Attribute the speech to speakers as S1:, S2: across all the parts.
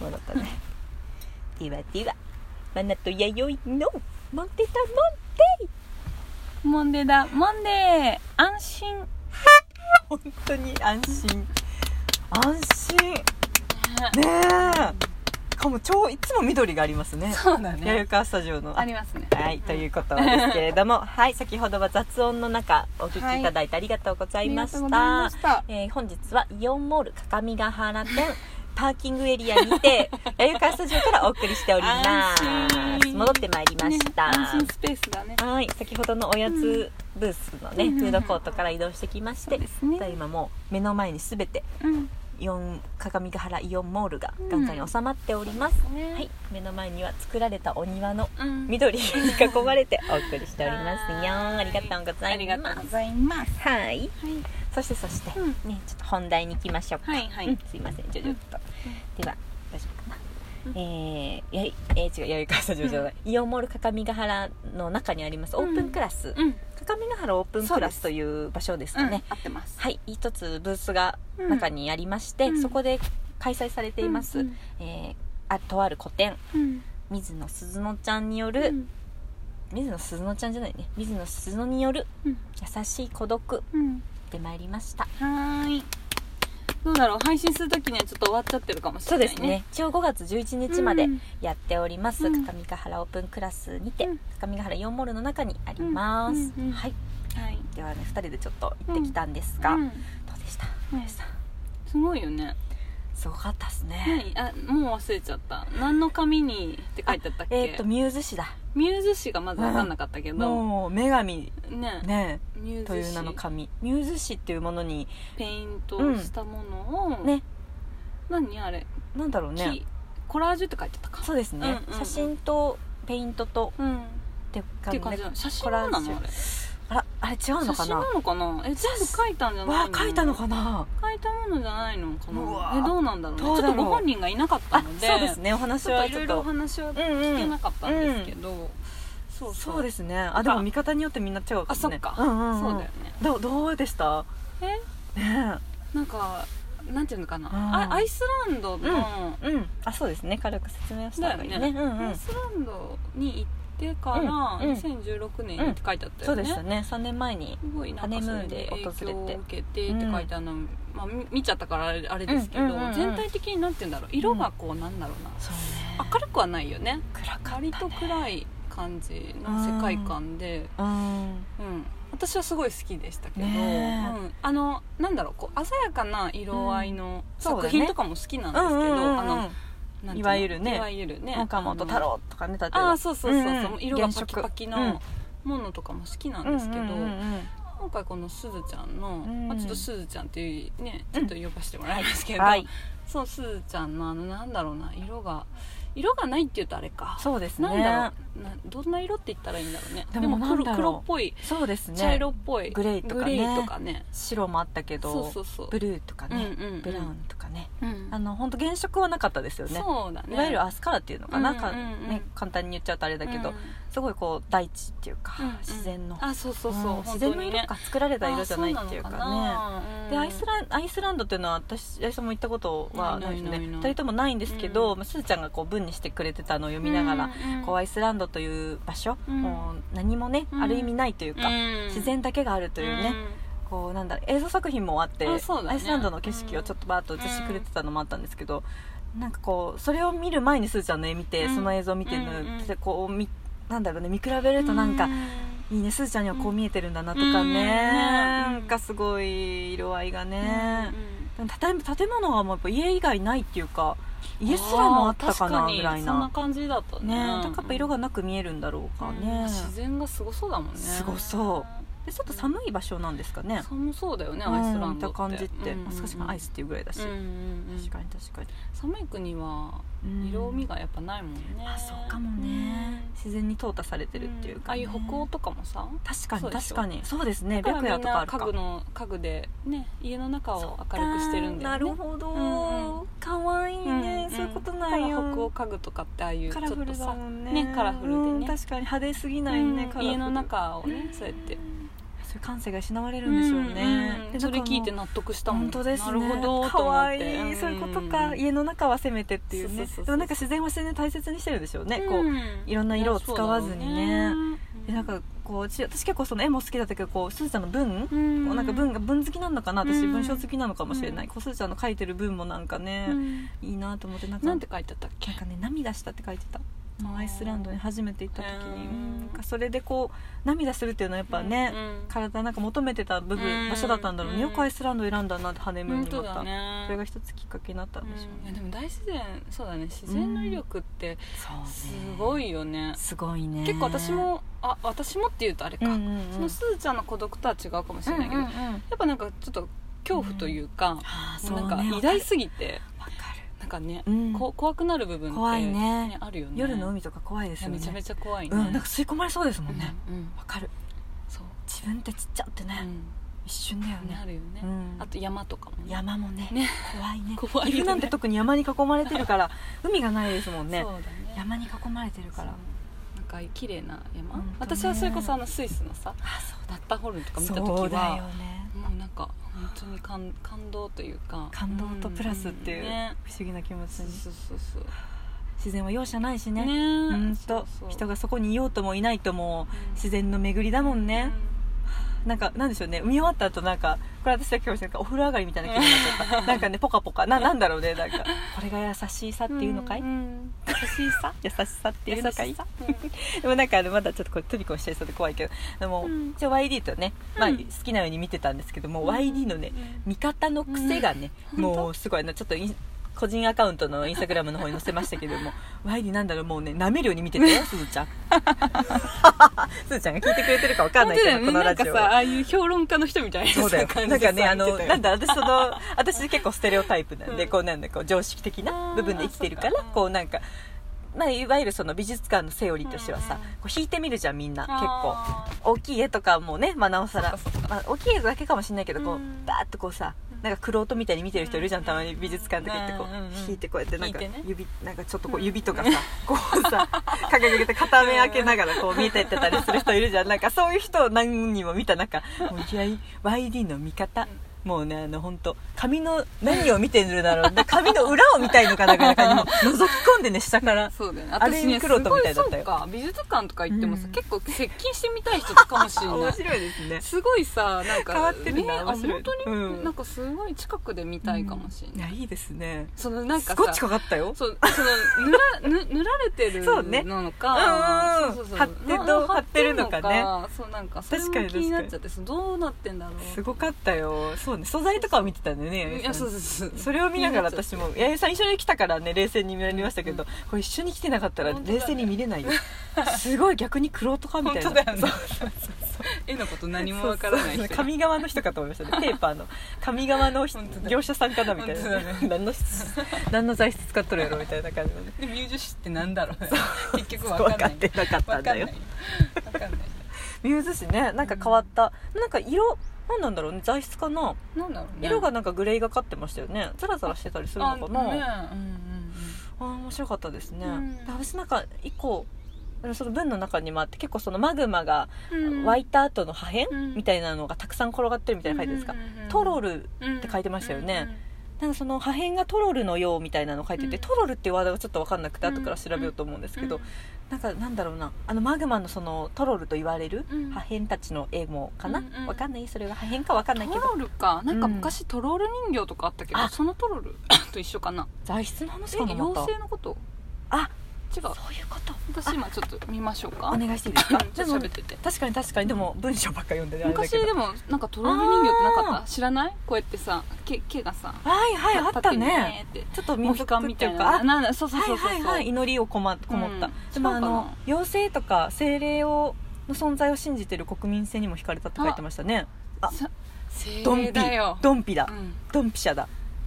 S1: ものとね ではではマナと弥生のモンテタモンテイ
S2: モンデーだモンデー安心
S1: 本当に安心安心ねえかも超いつも緑がありますね
S2: そうだ
S1: 弥生川スタジオの
S2: ありますね
S1: はい、ということですけれども、はい、先ほどは雑音の中お聞きいただいてありがとうござ
S2: あ
S1: い
S2: り
S1: ま
S2: が
S1: し
S2: と
S1: た。
S2: うございました
S1: えー本日はイオンモール各務原店パーキングエリアに て弥生川スタジオからお送りしております
S2: 安心
S1: 戻ってまいりました、
S2: ね安心スペースだね
S1: はい先ほどのおやつブースのね、
S2: うん
S1: フードコートから移動してきまし
S2: そ
S1: て、
S2: うですね
S1: ただ今もう目の前にすべて
S2: うん
S1: イオン各務原イオンモールが眼下に収まっております、
S2: ね
S1: はい目の前には作られたお庭の
S2: うん
S1: 緑に囲まれてお送りしておりますよ
S2: は
S1: あ
S2: い
S1: りがとうござ
S2: あ
S1: い
S2: りがと
S1: ま
S2: う
S1: す
S2: ございます
S1: はい
S2: はい
S1: そしてそして、
S2: うん
S1: ねちょっと本題に行きましょうか
S2: はいはい
S1: うんすいませんちょちょっと、では大丈夫かな、
S2: うん
S1: えーやいえー違う弥生川スタジオじゃない、イオンモール各務原の中にありますオープンクラス、
S2: うん
S1: 各務原オープンクラス
S2: そ
S1: と
S2: う
S1: いう場所です
S2: う
S1: か
S2: ん合
S1: ね、
S2: ってます
S1: はい一つブースが中にありまして、
S2: うん
S1: そこで開催されています、
S2: うん
S1: えーあとある個展
S2: うん
S1: 水野鈴乃ちゃんによる、
S2: うん
S1: 水野鈴乃ちゃんじゃないね水野鈴乃による
S2: うん
S1: 優しい孤独
S2: うん
S1: で参りました
S2: はーいどうだろう配信するときにはちょっと終わっちゃってるかもし
S1: そ
S2: れ
S1: う
S2: な
S1: で
S2: いね
S1: すね一応5月11日まで
S2: うん
S1: やっております、
S2: うん
S1: 各務原オープンクラスにて、
S2: うん
S1: 各務原イオンモールの中にあります、
S2: うんうんうん
S1: はい
S2: はい
S1: ではね2人でちょっと行ってきたんですが、
S2: う
S1: ど
S2: ん
S1: うでした、
S2: うん
S1: 皆さん
S2: すごいよね
S1: すごかったですね、
S2: 何あもう忘れちゃった何の紙にって書いてあったっけ
S1: えっ、とミューズ誌だ
S2: ミューズ誌がまず分かんなかったけど、
S1: もう女神
S2: ね
S1: ね
S2: ミューズ
S1: と
S2: 誌
S1: いう名の紙ミューズ誌っていうものに
S2: ペイントをしたものを、
S1: うんね
S2: 何あれ、
S1: 何だろうね
S2: 木コラージュって書いてあったか
S1: そうですね、
S2: うんうんうん
S1: 写真とペイントと
S2: うん
S1: っ
S2: っ
S1: て
S2: ていう
S1: 感じ
S2: 感じ
S1: で
S2: なの写真なの
S1: コ
S2: あ
S1: ラージュ
S2: れ写
S1: あらあれ違うのか
S2: 真
S1: な
S2: なのかなえ全部書いたんじゃない
S1: わ
S2: の
S1: あ書いたのかな
S2: 書いたものじゃないのか
S1: うわ
S2: なえどうなんだろうね
S1: どう
S2: ち
S1: だろ
S2: ょっ
S1: う
S2: とご本人がいなかった
S1: あ
S2: ので
S1: そうですねお話
S2: ちょっと
S1: はいちょ
S2: ろ
S1: っ
S2: いろお
S1: と
S2: 話を
S1: うんうん
S2: 聞けなかったんですけど、そうそう
S1: そうですねあでも見方によってみんな違うかも
S2: あそ
S1: ね
S2: っか、
S1: うんうんん
S2: そうだよね
S1: どうどうでした
S2: え
S1: ね
S2: なんかなんていうのかな、
S1: うん
S2: あアイスランドの、
S1: えうんあそうですね軽く説明をした方がいいね
S2: だよ
S1: うんう
S2: ア
S1: ん
S2: イスランドに行ってから、
S1: うんうん
S2: 2016年って書いてあった
S1: そ
S2: よ
S1: う
S2: ね、
S1: でしたね3年前に
S2: すごいなんかそれで
S1: ハネムーンで訪れて
S2: 影響を受けてって書いてあるの、まあ、み見ちゃったからあれあれですけど、
S1: うんうんうんうん
S2: 全体的になんて言うんだろう色がこうなんだろうな、
S1: そうね
S2: 明るくはないよね
S1: 暗かった
S2: 割と暗い感じの世界観で、
S1: うん
S2: うん私はすごい好きでしたけど、
S1: ねえ
S2: うん、あのなんだろうこう鮮やかな色合いの
S1: そうだ
S2: 作
S1: ね
S2: 品とかも好きなんですけど、あのなんてうの
S1: いわゆるね
S2: いわゆるね
S1: 岡本太郎とかね例えば
S2: ああそうそうそうそう、
S1: うん
S2: 色がパキパキ
S1: 原
S2: のものとかも好きなんですけど、今回このすずちゃんの、
S1: ん
S2: まあ、ちょっとすずちゃんっていうねちょっと呼ばせてもらいますけど、
S1: はい
S2: そうすずちゃんのあのなんだろうな色が色がないって言うとあれか
S1: そうです
S2: なんだ
S1: ね
S2: ろうなどんな色って言ったらいいんだろうね
S1: でもなん
S2: 黒
S1: だろう
S2: 黒っぽい
S1: そうですね
S2: 茶色っぽい、
S1: グレーとかね
S2: グレーとかね
S1: 白もあったけど
S2: そうそうそう
S1: ブルーとかね、
S2: うんうんうん
S1: ブラウンとかね
S2: うん
S1: あの本当原色はなかったですよね
S2: そうだね
S1: いわゆるアスカラっていうのかな、
S2: うんうんうん
S1: かね、簡単に言っちゃうとあれだけど、
S2: うん
S1: すごいこう大地っていうか、
S2: うんうん
S1: 自然の
S2: あそうそうそう、
S1: うん自然の色か作られた色じゃないっていうかねでアイス
S2: ン
S1: ランアイスランドっていうのは私八重さんも行ったことは
S2: な
S1: ない
S2: いない
S1: です
S2: ない
S1: ね
S2: ない
S1: 2人ともないんですけど、
S2: うん
S1: まあすずちゃんがこう文にしてくれてたのを読みながら、こうアイスランドという場所、
S2: うん
S1: もう何もね、
S2: うん
S1: ある意味ないというか、自然だけがあるというね、こうなんだろう映像作品もあって
S2: あそうだね
S1: アイスランドの景色をちょっとバーッと映してくれてたのもあったんですけど、なんかこうそれを見る前にすずちゃんの絵見て、
S2: うん
S1: その映像を見てるの、
S2: うんうん
S1: でこうみなんだろうね見比べるとなんか、いいねすずちゃんにはこう見えてるんだなとかね、
S2: うんうん
S1: なんかすごい色合いがね、建物建物はもうやっぱ家以外ないっていうか家すらもあったかなぐらい
S2: そんな
S1: な。
S2: 感じだった
S1: ね
S2: ね
S1: だからやっぱ色がなく見えるんだろうかね、
S2: 自然がすごそうだもんね
S1: すごそうでちょっと寒い場所なんですかね
S2: 寒そうだよね
S1: うん
S2: アイスランド
S1: 見た感じって、まあ少しもアイ
S2: ス
S1: スっていうぐらいだし、確かに確かに、
S2: 寒い国は
S1: うん
S2: 色味がやっぱないもんね
S1: あそうかもね、自然に淘汰されてるっていう
S2: あ
S1: か
S2: あ
S1: ね、
S2: いう北欧とかもさ
S1: 確か
S2: そ
S1: に
S2: うでし
S1: 確
S2: ょ
S1: かにそうですね
S2: だか
S1: 白
S2: ら
S1: 夜
S2: みん
S1: とかあ
S2: な
S1: るか
S2: 家具の家具でね家の中を明るくしてるんだよね
S1: なるほど、
S2: うんう
S1: かわいいね、
S2: んん
S1: そういうことなん
S2: だから北欧
S1: よ
S2: 家具とかってああいうち
S1: カ
S2: ょ
S1: ラフ
S2: っ
S1: ル
S2: と
S1: だ
S2: さ
S1: もんね
S2: ねカラフルでね
S1: うん確かに派手すぎないね、
S2: うん
S1: カラフル
S2: 家の中をねそうやって
S1: そういう感性が失われるんでしょうね、
S2: うんうん
S1: で
S2: それ聞いて
S1: なんかも
S2: 納得し
S1: う
S2: たもん
S1: 本当ですね
S2: なるほどと
S1: か
S2: 思
S1: わ
S2: っ
S1: い
S2: て
S1: い、
S2: ん
S1: そういうことか家の中はせめてっていう
S2: そうそう
S1: ね
S2: そうそう
S1: でもなんか自然は自然で大切にしてるでしょうね、こ
S2: う
S1: うんいろんな色を使わずにね
S2: そうだろう
S1: でなんかこう私私結構その絵も好きだったけどこうすずちゃんの文、こ
S2: う
S1: うなんか文
S2: 化
S1: が文好きなのかな私、
S2: うん
S1: 文章好きなのかもしれない、
S2: う
S1: こうすずちゃんの書いてる文もなんかね、いいなと思ってなんか
S2: なんて書いてあったっけ
S1: なんかね涙したって書いてた
S2: あー
S1: アイスランドに初めて行った時に
S2: う
S1: うんんなんかそれでこう涙するっていうのはやっぱね、
S2: うん
S1: 体なんか求めてた部
S2: う
S1: 分
S2: ん
S1: 場所だったんだろうね、
S2: うん
S1: よくアイスランド選んだなってハネムーン
S2: 本
S1: にま
S2: 当
S1: た、
S2: だね
S1: それが一つきっかけになったんでしょうね、
S2: いやでも大自然そうだね自然の威力って
S1: そうね
S2: すごいよね、
S1: すごいね
S2: 結構私もあ私もっていうとあれか、
S1: うんうんうん
S2: そのすずちゃんの孤独とは違うかもしれないけど、
S1: うんうん
S2: や
S1: うん
S2: っぱなんかちょっと恐怖というか、も
S1: あー
S2: う
S1: そうね
S2: なんか偉大すぎて
S1: わかる
S2: なんかね、
S1: うん
S2: こ怖くなる部分って、
S1: 怖いね
S2: あるよね
S1: 夜の海とか怖いです
S2: いや
S1: よね
S2: めちゃめちゃ怖いね、
S1: うんなんか吸い込まれそうですもんね
S2: うんうん
S1: わ、かる
S2: そう、
S1: 自分ってちっちゃってね、一瞬だよ
S2: うん、な
S1: ね
S2: るよね、
S1: うん
S2: あと山とかもね
S1: 山もね
S2: ね
S1: 怖いね
S2: 怖い
S1: 岐阜
S2: よね
S1: なんて特に山に囲まれてるから 海がないですもんね
S2: そうだね
S1: 山に囲まれてる
S2: そ
S1: か
S2: う
S1: ら
S2: なんか綺麗な山、
S1: 本当ね
S2: 私はそれこそあのスイスのさ
S1: あそう
S2: ダッタホルンとか見た時
S1: そうだよ
S2: は
S1: ね
S2: もうなんか本当に感感動というか
S1: 感動とプラスってい
S2: ん
S1: う
S2: ね
S1: 不思議な気持ち
S2: そう
S1: に
S2: そうそうそう
S1: 自然は容赦ないし
S2: ね
S1: ねうんと人がそこにいようともいないとも自然の巡りだもんねなんかなんでしょうね見終わった後なんかこれ私だけかもしれないけどお風呂上がりみたいな気分になっちゃったなんかねポカポカななんだろうねなんかこれが優しさっていうのかい
S2: 優しさ
S1: 優しさって
S2: 優
S1: いうのかい
S2: し さ
S1: でもなんかあのまだちょっとこれトビコンしちゃいそうで怖いけどでも、
S2: うん
S1: 一応 YD とね、まあ、
S2: う
S1: 好
S2: ん
S1: きなように見てたんですけども、
S2: うん
S1: YD のね見方の癖がね、
S2: うん
S1: もうすごいなちょっとイン個人アカウントのインスタグラムの方に載せましたけども YD なんだろうもうね舐めるように見てたよすずちゃん すずちゃんが聞いてくれてるかわかんないけど、この
S2: な
S1: ラ
S2: んか
S1: ジオ
S2: さああいう評論家の人みたいな
S1: そうだよ
S2: 感じ
S1: な
S2: で
S1: ん
S2: さ
S1: かねあ
S2: 見
S1: の
S2: てたよ
S1: なんだ私その 私結構ステレオタイプなんで、
S2: うん
S1: こうなんだこう常識的な部分で生きてるか
S2: あーそ
S1: ら
S2: っか
S1: こうなんか、まあ、いわゆるその美術館のセオリーとしてはさ、
S2: うんう
S1: こ
S2: ん
S1: う引いてみるじゃんみんな結構
S2: あー
S1: 大きい絵とかもね、まあ、なおさら
S2: そっかそっ
S1: まあ、大きい絵だけかもしれないけどこう、
S2: うん
S1: バーッとこうさなんかクロートみたいに見てる人いるじゃんたまに美術館とか行ってこう、
S2: うんうんうん
S1: 引いてこうやってなんか
S2: 引いてね
S1: 指なんかちょっとこう指とかさ、こう さ掲げて片目開けながらこう見てってたりする人いるじゃんなんかそういう人を何人も見た中もういきなり YD の見方、もうねあの本当髪の何を見てるだろうで髪の裏を見たいのかなかなかもう覗き込んでね下から
S2: そうだよね
S1: あれ
S2: 私ね
S1: クロートみたいだ
S2: す
S1: っ
S2: ご
S1: た
S2: いそう
S1: よ
S2: か美術館とか行ってもさ、
S1: うん
S2: 結構接近してみたい人とかもし れな
S1: 面
S2: い
S1: 白いですね
S2: すごいさなんか
S1: 変わってるな
S2: ねあ
S1: 面白い
S2: 本当に、
S1: うん
S2: なんかすごい近くで見たいかもしれな
S1: い
S2: い、
S1: やいいですね
S2: そのなん
S1: す
S2: かさ
S1: ごい近かったよ
S2: そうその塗らぬ 塗られてる
S1: そうね
S2: のか
S1: うんうん
S2: そうそうそう
S1: 貼ってどう
S2: な
S1: 貼ってるのかね
S2: 貼ってるのかそうなんかそれも
S1: 確かに確
S2: 気
S1: かに
S2: になっちゃってそのどうなってんだろう
S1: すごかったよそうね素材とかを見てたんだよね
S2: いやそうそうそう
S1: それを見ながら
S2: 気にっち
S1: 私
S2: ゃ
S1: も八重さん一緒に来たからね冷静に見られましたけど、
S2: う
S1: これ一緒に来てなかったら
S2: 本当だね
S1: 冷静に見れ ないよ、すごい逆に玄人かみたいな
S2: 本当だよね
S1: そう
S2: 絵のこと何もわからない
S1: そう
S2: 人
S1: そう紙側の人かと思いま したねペーパーの紙側の人
S2: 本当だ
S1: 業者さんかなみたい
S2: 本
S1: な、
S2: 当だね
S1: 何の何の材質使っとるやろみたいな感じの ね
S2: で入手誌ってなんだろうね結局わかん
S1: 分
S2: な
S1: か
S2: い
S1: ってなかった
S2: わ
S1: んだ
S2: かんない
S1: よ
S2: わかんない
S1: ミューズ紙ねなんか変わった、なんか色何なんだろうね材質かな、
S2: なんだろうね
S1: 色がなんかグレーがかってましたよねザラザラしてたりするのかな、
S2: あねうんうん
S1: あー面白かったですね、
S2: うん
S1: で私なんか一個その文の中にもあって結構そのマグマが
S2: うん
S1: 湧いた後の破片、
S2: うん
S1: みたいなのがたくさん転がってるみたいな書いてるんですか、トロルって書いてましたよねなんかその破片がトロルのようみたいなの書いてて、
S2: うん
S1: トロルっていうワードがちょっと分かんなくて後から調べようと思うんですけど、なんかなんだろうなあのマグマのそのトロルと言われる
S2: うん
S1: 破片たちの絵もか
S2: う
S1: な、
S2: んうん
S1: わかんないそれが破片かわかんないけ
S2: ト
S1: ど
S2: ロルかなんか
S1: うん
S2: 昔トロール人形とかあったけど
S1: あ
S2: そのトロル と一緒かな
S1: 材質の話
S2: え
S1: かなまた
S2: 妖精のこと
S1: あ
S2: 違う
S1: そういうこと
S2: 私今ちょっと見ましょうか
S1: お願いしていいですか
S2: うんちょっと喋ってて
S1: 確かに確かにでも文章ばっかり読んでねあれだけ
S2: 昔
S1: ど
S2: でもなんかトロール人形ってなかっ
S1: あ
S2: た知らないこうやってさ毛毛がさ
S1: はいはいあった
S2: 縦に
S1: ね
S2: って
S1: ちょっと
S2: モ
S1: 民
S2: ヒ
S1: 族
S2: カン
S1: っ
S2: み
S1: て
S2: た
S1: い
S2: いうな
S1: かあ
S2: なんだそうそう
S1: は
S2: そ
S1: いう
S2: そう
S1: はいはい祈りをこまこもった、
S2: うん
S1: でもあ
S2: そ
S1: の
S2: うかな
S1: 妖精とか精霊をの存在を信じてる国民性にも惹かれたって書いてましたねあ
S2: さ
S1: ドンピ
S2: 精霊だよ
S1: ドンピだ、
S2: うん
S1: ドンピシャだ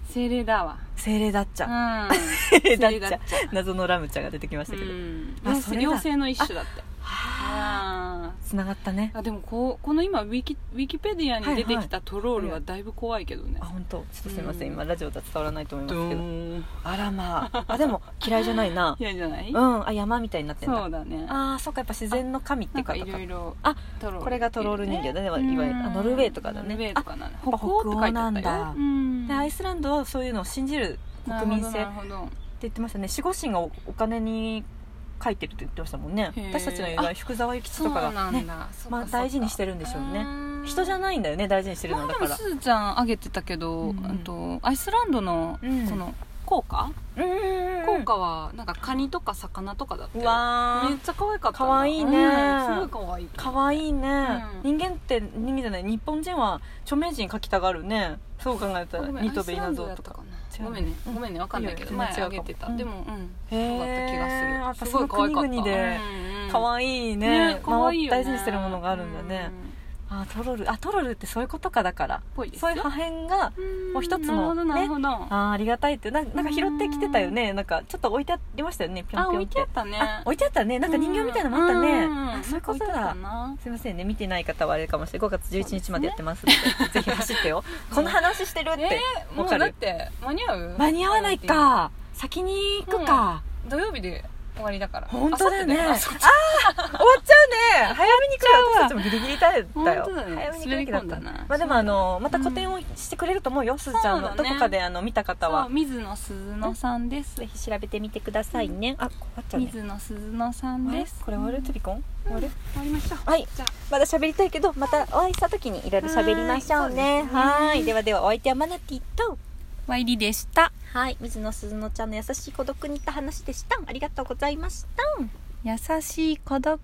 S2: 精霊だわ
S1: 精霊だっち ゃ、
S2: うん
S1: 精霊だっち
S2: 精霊だ
S1: ゃ
S2: っちゃ
S1: 謎のラムちゃんが出てきましたけど、
S2: うん
S1: あそれだ
S2: 妖精の一種だって
S1: は
S2: あ
S1: つながったね
S2: ーあでもこうこの今ウィキウィキペディアに出て
S1: はい
S2: き
S1: は
S2: たトロールはだいぶ怖いけどね、
S1: あ本当ちょっとすいません、
S2: うん
S1: 今ラジオでは伝わらないと思い
S2: ド
S1: ますけど
S2: ーン
S1: あらまああでも嫌いじゃないな
S2: 嫌じゃない、
S1: うんあ山みたいになってんだ
S2: そうだね
S1: ああそっかやっぱ自然の神って
S2: ないん
S1: うか
S2: かいろいろ
S1: あ
S2: トロール
S1: これがトロール人形だねいわゆるあノルウェーとかだね
S2: ノルウェーとかだね
S1: あ
S2: 北欧って書いてあった
S1: 北欧なんだ
S2: ようん
S1: でアイスランドはそういうのを信じる国民性って
S2: なるほどなるほど
S1: 言ってましたね守護神がおお金に書いてるって言ってましたもんね
S2: へー
S1: 私たちの由来福沢諭吉
S2: そう
S1: とか
S2: な
S1: が
S2: ん
S1: ね
S2: だ、そっか
S1: まあ、大事にして
S2: る
S1: るんでしょうね
S2: ん
S1: 人じゃないんだよね大事にしてるのはだ
S2: まあ
S1: か
S2: でも
S1: ら
S2: すずちゃんあげてたけど、
S1: うんうん
S2: あとアイスランドの
S1: うん
S2: その効果、
S1: うんうんうん
S2: 効果はなんかカニとか魚とかだって
S1: うわ
S2: めっちゃ可愛かったな
S1: 可愛いね
S2: うんすごい可愛い
S1: ーかわいいね、
S2: うん
S1: 人間って人間じゃない日本人は著名人書きたがるねそう考えたら
S2: ごめん
S1: ニトベイナ
S2: アイスランドや
S1: ゾ
S2: っ
S1: と
S2: た
S1: か
S2: かな
S1: 違う
S2: ごめんね
S1: うん
S2: ごめんねわかんないけど、
S1: いや
S2: 前
S1: 全然
S2: あ
S1: 違うかも
S2: げてた、
S1: うん
S2: でもうん
S1: へ
S2: そうだった気がする
S1: やっぱ
S2: す
S1: その
S2: ごい可愛かった
S1: 国々で
S2: うんうん
S1: かわいいね
S2: 可愛いよね
S1: 大事にしてるものがあるんだね、あトロルあトロルってそういうことかだから
S2: ぽいですよ
S1: そういう破片が
S2: うん
S1: もう一つの
S2: なるほどなるほど
S1: あーありがたいってなんかなんか拾ってきてたよねなんかちょっと置いてありましたよねぴょん
S2: あ
S1: ぴょ
S2: 置
S1: ん
S2: い
S1: って
S2: あったね
S1: あ置いてあったねなんか人形みたいなのもあった
S2: うんうん
S1: ねあそういうこ
S2: 置い
S1: と
S2: てあった
S1: だ
S2: な
S1: すいませんね見てない方はあれかもしれない5月11日までやってますのでぜひ走って よこの話してるっ
S2: え
S1: て
S2: ー
S1: わ
S2: もう
S1: か
S2: だっ
S1: る
S2: て間に合う
S1: 間に合わないか先に行くか
S2: 土曜日で終わりだから
S1: 本当だよね
S2: あさって
S1: 終わっちゃうね早めに来る私たちもギリギリだよ
S2: 本当だね
S1: 早めに来るべきだった
S2: 滑り込んだな
S1: まあでもあのまた個展をしてくれると思うよすずちゃん
S2: そ
S1: の
S2: う
S1: ど
S2: だね
S1: こかであの見た方
S2: だわ
S1: は
S2: そう水野鈴乃さんです
S1: ぜひ調べてみてくださいねあ困っちゃうね
S2: 水野鈴乃さんです
S1: これ終わるトリコン終わる
S2: 終わりましょう
S1: はい
S2: じゃあ
S1: まだ喋りたいけどまたお会いした時にいろいろ喋りましょうね
S2: はいそうですね
S1: はいではではお相手はマナティと
S2: ワイリでした
S1: はい水野鈴乃ちゃんの優しい孤独にいった話でしたありがとうございました
S2: 優しい孤独